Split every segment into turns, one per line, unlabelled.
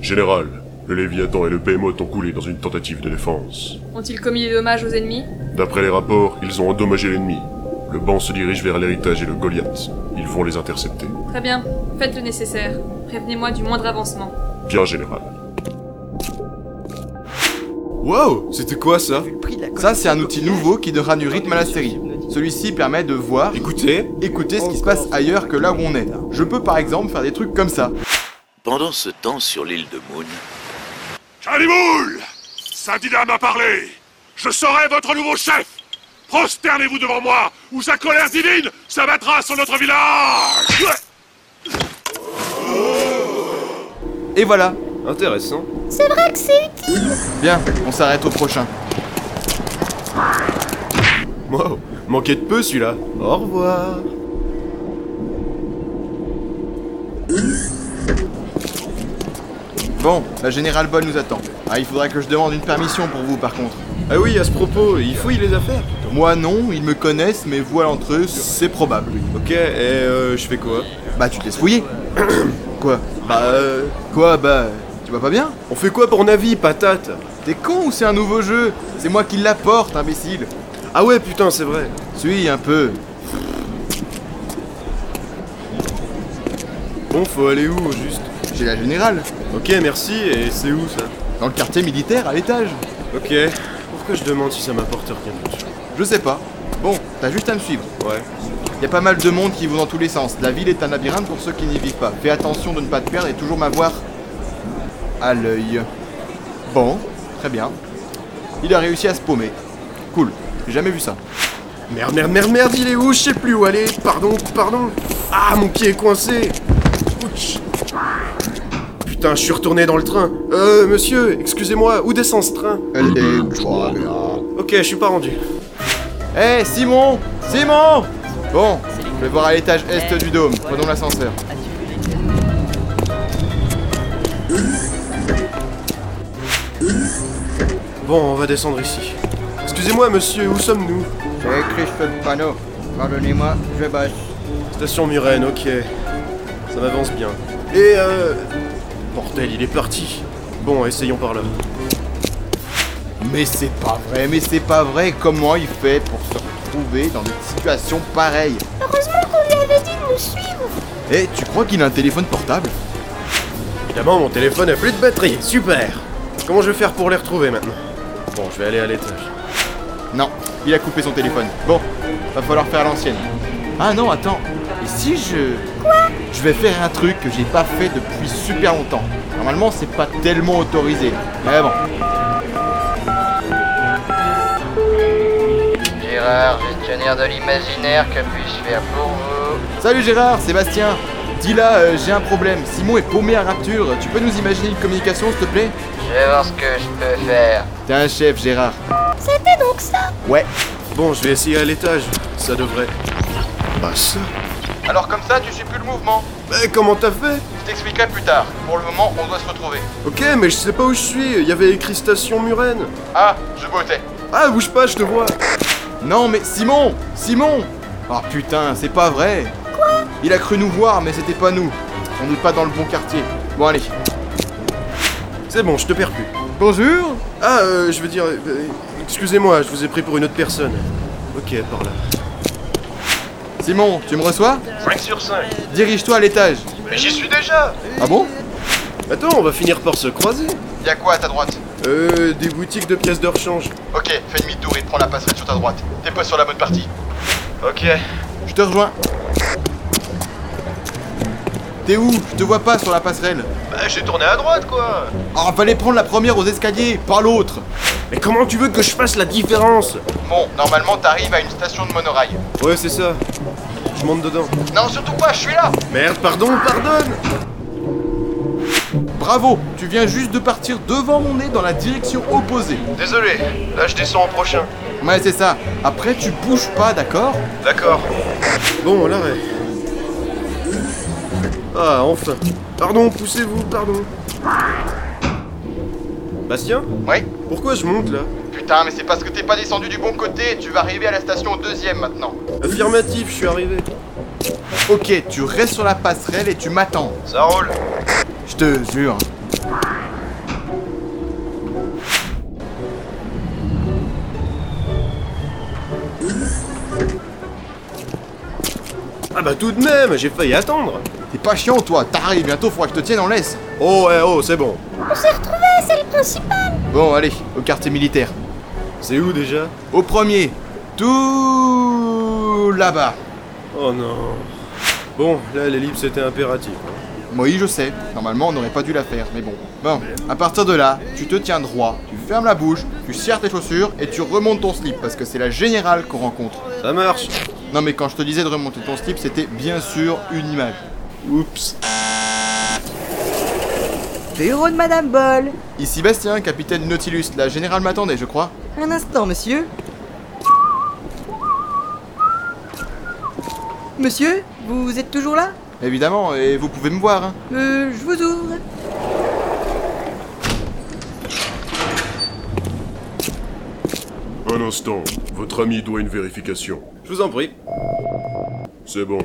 Général, le Léviathan et le Behemoth ont coulé dans une tentative de défense.
Ont-ils commis des dommages aux ennemis
D'après les rapports, ils ont endommagé l'ennemi. Le banc se dirige vers l'héritage et le Goliath. Ils vont les intercepter.
Très bien, faites le nécessaire. Prévenez-moi du moindre avancement.
Bien, Général.
Wow C'était quoi ça
Vu le prix de la
Ça,
commande.
c'est un outil nouveau qui donnera du rythme à la série. Celui-ci permet de voir,
Écoutez, Oh.
écouter ce qui se passe ailleurs que là où on est. Je peux par exemple faire des trucs comme ça.
Pendant ce temps sur l'île de Moon,
Kalimoul Sadidam a parlé Je serai votre nouveau chef Prosternez-vous devant moi, ou sa colère divine s'abattra sur notre village
Et voilà
intéressant.
Bien, on s'arrête au prochain.
Wow, manquait de peu celui-là. Au revoir.
Bon, la générale Bonne nous attend. Ah, il faudra que je demande une permission pour vous par contre.
Ah oui, à ce propos, il fouille les affaires.
Moi non, ils me connaissent, mais voilà entre eux, c'est probable.
Ok, et euh, je fais quoi
Bah tu te laisses fouiller Quoi
Bah, euh,
Quoi bah tu vas pas bien
on fait quoi pour Navi, patate
T'es con ou c'est un nouveau jeu C'est moi qui l'apporte, imbécile
Ah ouais, putain, c'est vrai.
Suis un peu.
Bon, faut aller où, au juste
J'ai la générale.
Ok, merci, et c'est où, ça
Dans le quartier militaire, à l'étage.
Ok. Pourquoi je demande si ça m'apporte rien du tout
Je sais pas. Bon, t'as juste à me suivre.
Ouais.
Y a pas mal de monde qui vont dans tous les sens. La ville est un labyrinthe pour ceux qui n'y vivent pas. Fais attention de ne pas te perdre et toujours m'avoir à l'œil. Bon, très bien. Il a réussi à se paumer. Cool. J'ai jamais vu ça.
Merde, merde, merde, merde, il est où Je sais plus où aller. Pardon, pardon. Ah, mon pied est coincé. Ouch. Putain, je suis retourné dans le train. Euh, monsieur, excusez-moi, où descend ce train
Elle est toi, là.
Ok, je suis pas rendu.
Eh Simon Simon Bon, je vais voir à l'étage est du dôme. Prenons l'ascenseur.
Bon, on va descendre ici. Excusez-moi, monsieur, où sommes-nous
J'ai écrit sur le panneau. Eh, Pardonnez-moi, je bâche.
Station Murène, ok. Ça m'avance bien. Et euh. Bordel, il est parti. Bon, essayons par là.
Mais c'est pas vrai, mais c'est pas vrai. Comment il fait pour se retrouver dans des situations pareilles
Heureusement qu'on lui avait dit de nous suivre.
Eh, tu crois qu'il a un téléphone portable
Évidemment, mon téléphone a plus de batterie. Super Comment je vais faire pour les retrouver maintenant Bon, je vais aller à l'étage.
Non, il a coupé son téléphone. Bon, va falloir faire à l'ancienne. Ah non, attends. Et si je. Quoi Je vais faire un truc que j'ai pas fait depuis super longtemps. Normalement, c'est pas tellement autorisé. Mais bon.
Gérard, gestionnaire de l'imaginaire, que puis-je faire pour vous
Salut Gérard, Sébastien. Dis là, euh, j'ai un problème. Simon est paumé à rapture. Tu peux nous imaginer une communication, s'il te plaît
Je vais voir ce que je peux faire.
T'es un chef, Gérard.
C'était donc ça.
Ouais.
Bon, je vais essayer à l'étage. Ça devrait. Bah ça.
Alors comme ça, tu suis plus le mouvement.
Mais comment t'as fait
Je t'expliquerai plus tard. Pour le moment, on doit se retrouver.
Ok, mais je sais pas où je suis. Il y avait écrit Station Murène.
Ah, je bottais.
Ah, bouge pas, je te vois.
Non mais Simon Simon Ah putain, c'est pas vrai Quoi Il a cru nous voir, mais c'était pas nous. On n'est pas dans le bon quartier. Bon allez.
C'est bon, je te perds plus.
Bonjour
Ah, euh, je veux dire. euh, Excusez-moi, je vous ai pris pour une autre personne. Ok, par là.
Simon, tu me reçois
5 sur 5.
Dirige-toi à l'étage.
Mais j'y suis déjà
Ah bon
Attends, on va finir par se croiser.
Y'a quoi à ta droite
Euh, des boutiques de pièces de rechange.
Ok, fais demi-tour et prends la passerelle sur ta droite. T'es pas sur la bonne partie. Ok. Je te rejoins. T'es où Je te vois pas sur la passerelle.
Bah, j'ai tourné à droite, quoi.
Ah, fallait prendre la première aux escaliers, pas l'autre.
Mais comment tu veux que je fasse la différence
Bon, normalement t'arrives à une station de monorail.
Ouais, c'est ça. Je monte dedans.
Non, surtout pas, je suis là
Merde, pardon, pardonne
Bravo, tu viens juste de partir devant mon nez dans la direction opposée.
Désolé, là je descends en prochain.
Ouais, c'est ça. Après, tu bouges pas, d'accord
D'accord. Bon, l'arrêt. Ah, enfin. Pardon, poussez-vous, pardon. Bastien
Ouais.
Pourquoi je monte là
Putain, mais c'est parce que t'es pas descendu du bon côté. Tu vas arriver à la station deuxième maintenant.
Affirmatif, je suis arrivé.
Ok, tu restes sur la passerelle et tu m'attends.
Ça roule.
Je te jure.
Ah bah tout de même, j'ai failli attendre
T'es pas chiant, toi T'arrives, bientôt faudra que je te tienne en laisse
Oh, eh, oh, c'est bon.
On s'est retrouvés, c'est le principal.
Bon, allez, au quartier militaire.
C'est où déjà
Au premier, tout là-bas.
Oh non. Bon, là, l'ellipse c'était impératif.
Oui, je sais, normalement on n'aurait pas dû la faire, mais bon. Bon, à partir de là, tu te tiens droit, tu fermes la bouche, tu serres tes chaussures et tu remontes ton slip parce que c'est la générale qu'on rencontre.
Ça marche
Non, mais quand je te disais de remonter ton slip, c'était bien sûr une image.
Oups.
Bureau de Madame Boll.
Ici Bastien, capitaine Nautilus, la générale m'attendait, je crois.
Un instant, monsieur. Monsieur, vous êtes toujours là
Évidemment, et vous pouvez me voir, hein.
Euh, je vous ouvre.
Un instant, votre ami doit une vérification.
Je vous en prie.
C'est bon.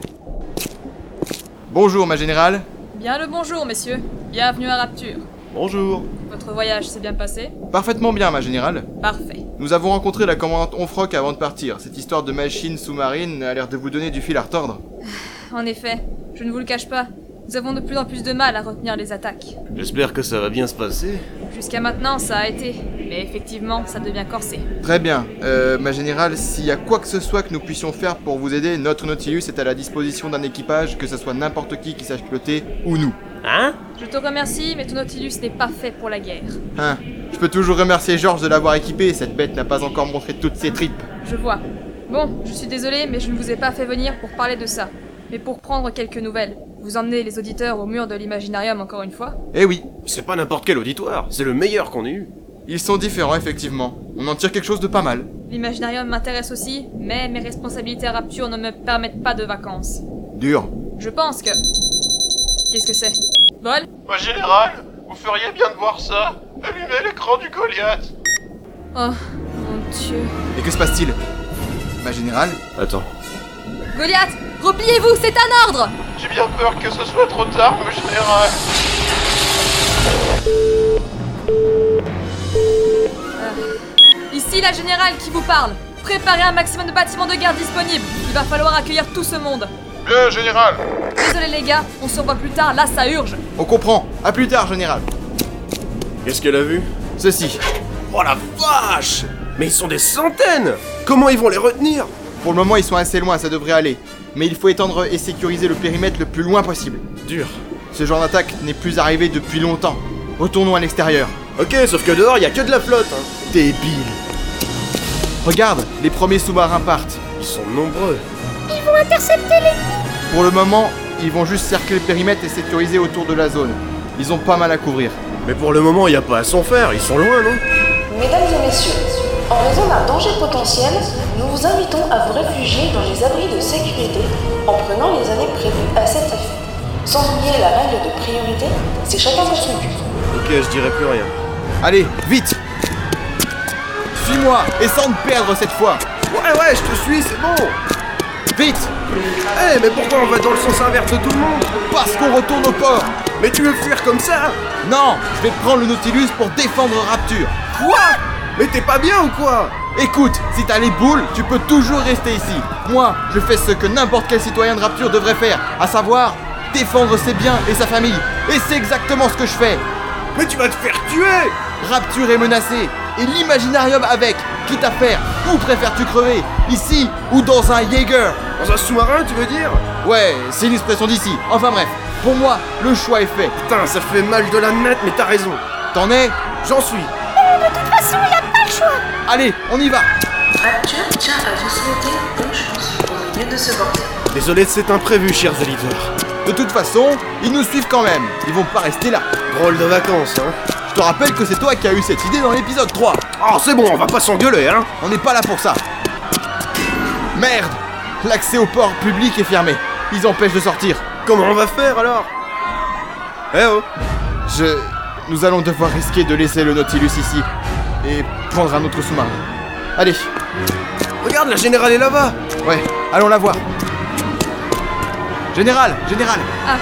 Bonjour, ma générale.
Bien le bonjour, messieurs. Bienvenue à Rapture.
Bonjour.
Votre voyage s'est bien passé
Parfaitement bien, ma générale.
Parfait.
Nous avons rencontré la commandante Onfroc avant de partir. Cette histoire de machine sous-marine a l'air de vous donner du fil à retordre.
En effet, je ne vous le cache pas, nous avons de plus en plus de mal à retenir les attaques.
J'espère que ça va bien se passer.
Jusqu'à maintenant, ça a été, mais effectivement, ça devient corsé.
Très bien. Euh, ma générale, s'il y a quoi que ce soit que nous puissions faire pour vous aider, notre Nautilus est à la disposition d'un équipage, que ce soit n'importe qui qui sache piloter ou nous.
Je te remercie, mais ton Nautilus n'est pas fait pour la guerre.
Hein Je peux toujours remercier Georges de l'avoir équipé, cette bête n'a pas encore montré toutes ses tripes.
Je vois. Bon, je suis désolée, mais je ne vous ai pas fait venir pour parler de ça, mais pour prendre quelques nouvelles. Vous emmenez les auditeurs au mur de l'imaginarium encore une fois
Eh oui,
C'est pas n'importe quel auditoire, c'est le meilleur qu'on ait eu.
ils sont différents effectivement. On en tire quelque chose de pas mal.
L'imaginarium m'intéresse aussi, mais mes responsabilités à Rapture ne me permettent pas de vacances.
Dur.
Je pense que... Qu'est-ce que c'est Bol
Au général, vous feriez bien de voir ça. Allumez l'écran du Goliath.
Oh, mon dieu...
Et que se passe-t-il Ma générale
Attends.
Goliath, repliez-vous, c'est un ordre
J'ai bien peur que ce soit trop tard, mon général.
Ici la générale qui vous parle. Préparez un maximum de bâtiments de garde disponibles. Il va falloir accueillir tout ce monde.
Le général
Désolé les gars, on se revoit plus tard, là ça urge.
On comprend. À plus tard, général.
Qu'est-ce qu'elle a vu
Ceci.
Oh la vache Mais ils sont des centaines Comment ils vont les retenir
Pour le moment, ils sont assez loin, ça devrait aller. Mais il faut étendre et sécuriser le périmètre le plus loin possible.
Dur.
Ce genre d'attaque n'est plus arrivé depuis longtemps. Retournons à l'extérieur.
Ok, sauf que dehors, y a que de la flotte. hein.
Débile. Regarde, les premiers sous-marins partent.
Ils sont nombreux.
Ils vont intercepter les.
Pour le moment, ils vont juste cercler le périmètre et sécuriser autour de la zone. Ils ont pas mal à couvrir.
Mais pour le moment, y a pas à s'en faire, ils sont loin, non
Mesdames et messieurs, en raison d'un danger potentiel, nous vous invitons à vous réfugier dans les abris de sécurité en prenant les années prévues à cet effet. Sans oublier la règle de priorité, c'est chacun pour son but.
Ok, je dirais plus rien.
Allez, vite Suis-moi et sans te perdre cette fois
Ouais, ouais, je te suis, c'est bon
Vite
Eh, mais pourquoi on va dans le sens inverse de tout le monde
Parce qu'on retourne au port
Mais tu veux fuir comme ça
Non Je vais prendre le Nautilus pour défendre Rapture
Quoi Mais t'es pas bien ou quoi
Écoute, si t'as les boules, tu peux toujours rester ici. Moi, je fais ce que n'importe quel citoyen de Rapture devrait faire, à savoir défendre ses biens et sa famille. Et c'est exactement ce que je fais.
Mais tu vas te faire tuer
Rapture est menacée, et l'imaginarium avec. Quitte à faire, où préfères-tu crever Ici ou dans un Jaeger
Dans un sous-marin, tu veux dire
Ouais, c'est une expression d'ici. Enfin bref, pour moi, le choix est fait.
Putain, ça fait mal de la natte, mais t'as raison.
T'en es
J'en suis.
De toute façon, il n'y a pas le choix.
Allez, on y va
Rapture tient à vous souhaiter bonne chance au milieu de ce bordel.
Désolé de cet imprévu, chers auditeurs.
De toute façon, ils nous suivent quand même. Ils vont pas rester là.
Drôle de vacances, hein
Je te rappelle que c'est toi qui as eu cette idée dans l'épisode 3.
Oh, c'est bon, on va pas s'engueuler, hein
On n'est pas là pour ça. Merde L'accès au port public est fermé. Ils empêchent de sortir.
Comment on va faire alors Eh oh
Je... Nous allons devoir risquer de laisser le Nautilus ici. Et prendre un autre sous-marin. Allez,
Regarde, la générale est là-bas
ouais, allons la voir. Général, général,
Ah,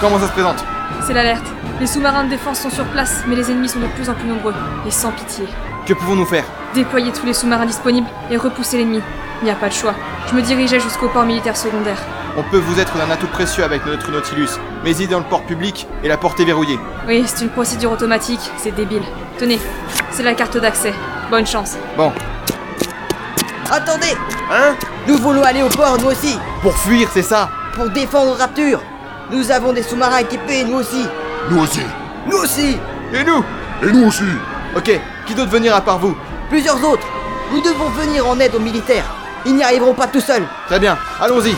comment ça se présente
c'est l'alerte. Les sous-marins de défense sont sur place, mais les ennemis sont de plus en plus nombreux, et sans pitié.
Que pouvons-nous faire
Déployez tous les sous-marins disponibles et repoussez l'ennemi. Il n'y a pas de choix. Je me dirigeais jusqu'au port militaire secondaire.
On peut vous être d'un atout précieux avec notre Nautilus, mais il est dans le port public et la porte est verrouillée.
Oui, c'est une procédure automatique, c'est débile. Tenez, c'est la carte d'accès. Bonne chance.
Bon,
Attendez Hein Nous voulons aller au port, nous aussi
pour fuir, c'est ça
Pour défendre Rapture Nous avons des sous-marins équipés, nous aussi
Nous aussi
Nous aussi
Et nous
Et nous aussi
Ok, qui d'autre venir à part vous
Plusieurs autres Nous devons venir en aide aux militaires Ils n'y arriveront pas tout seuls
Très bien, allons-y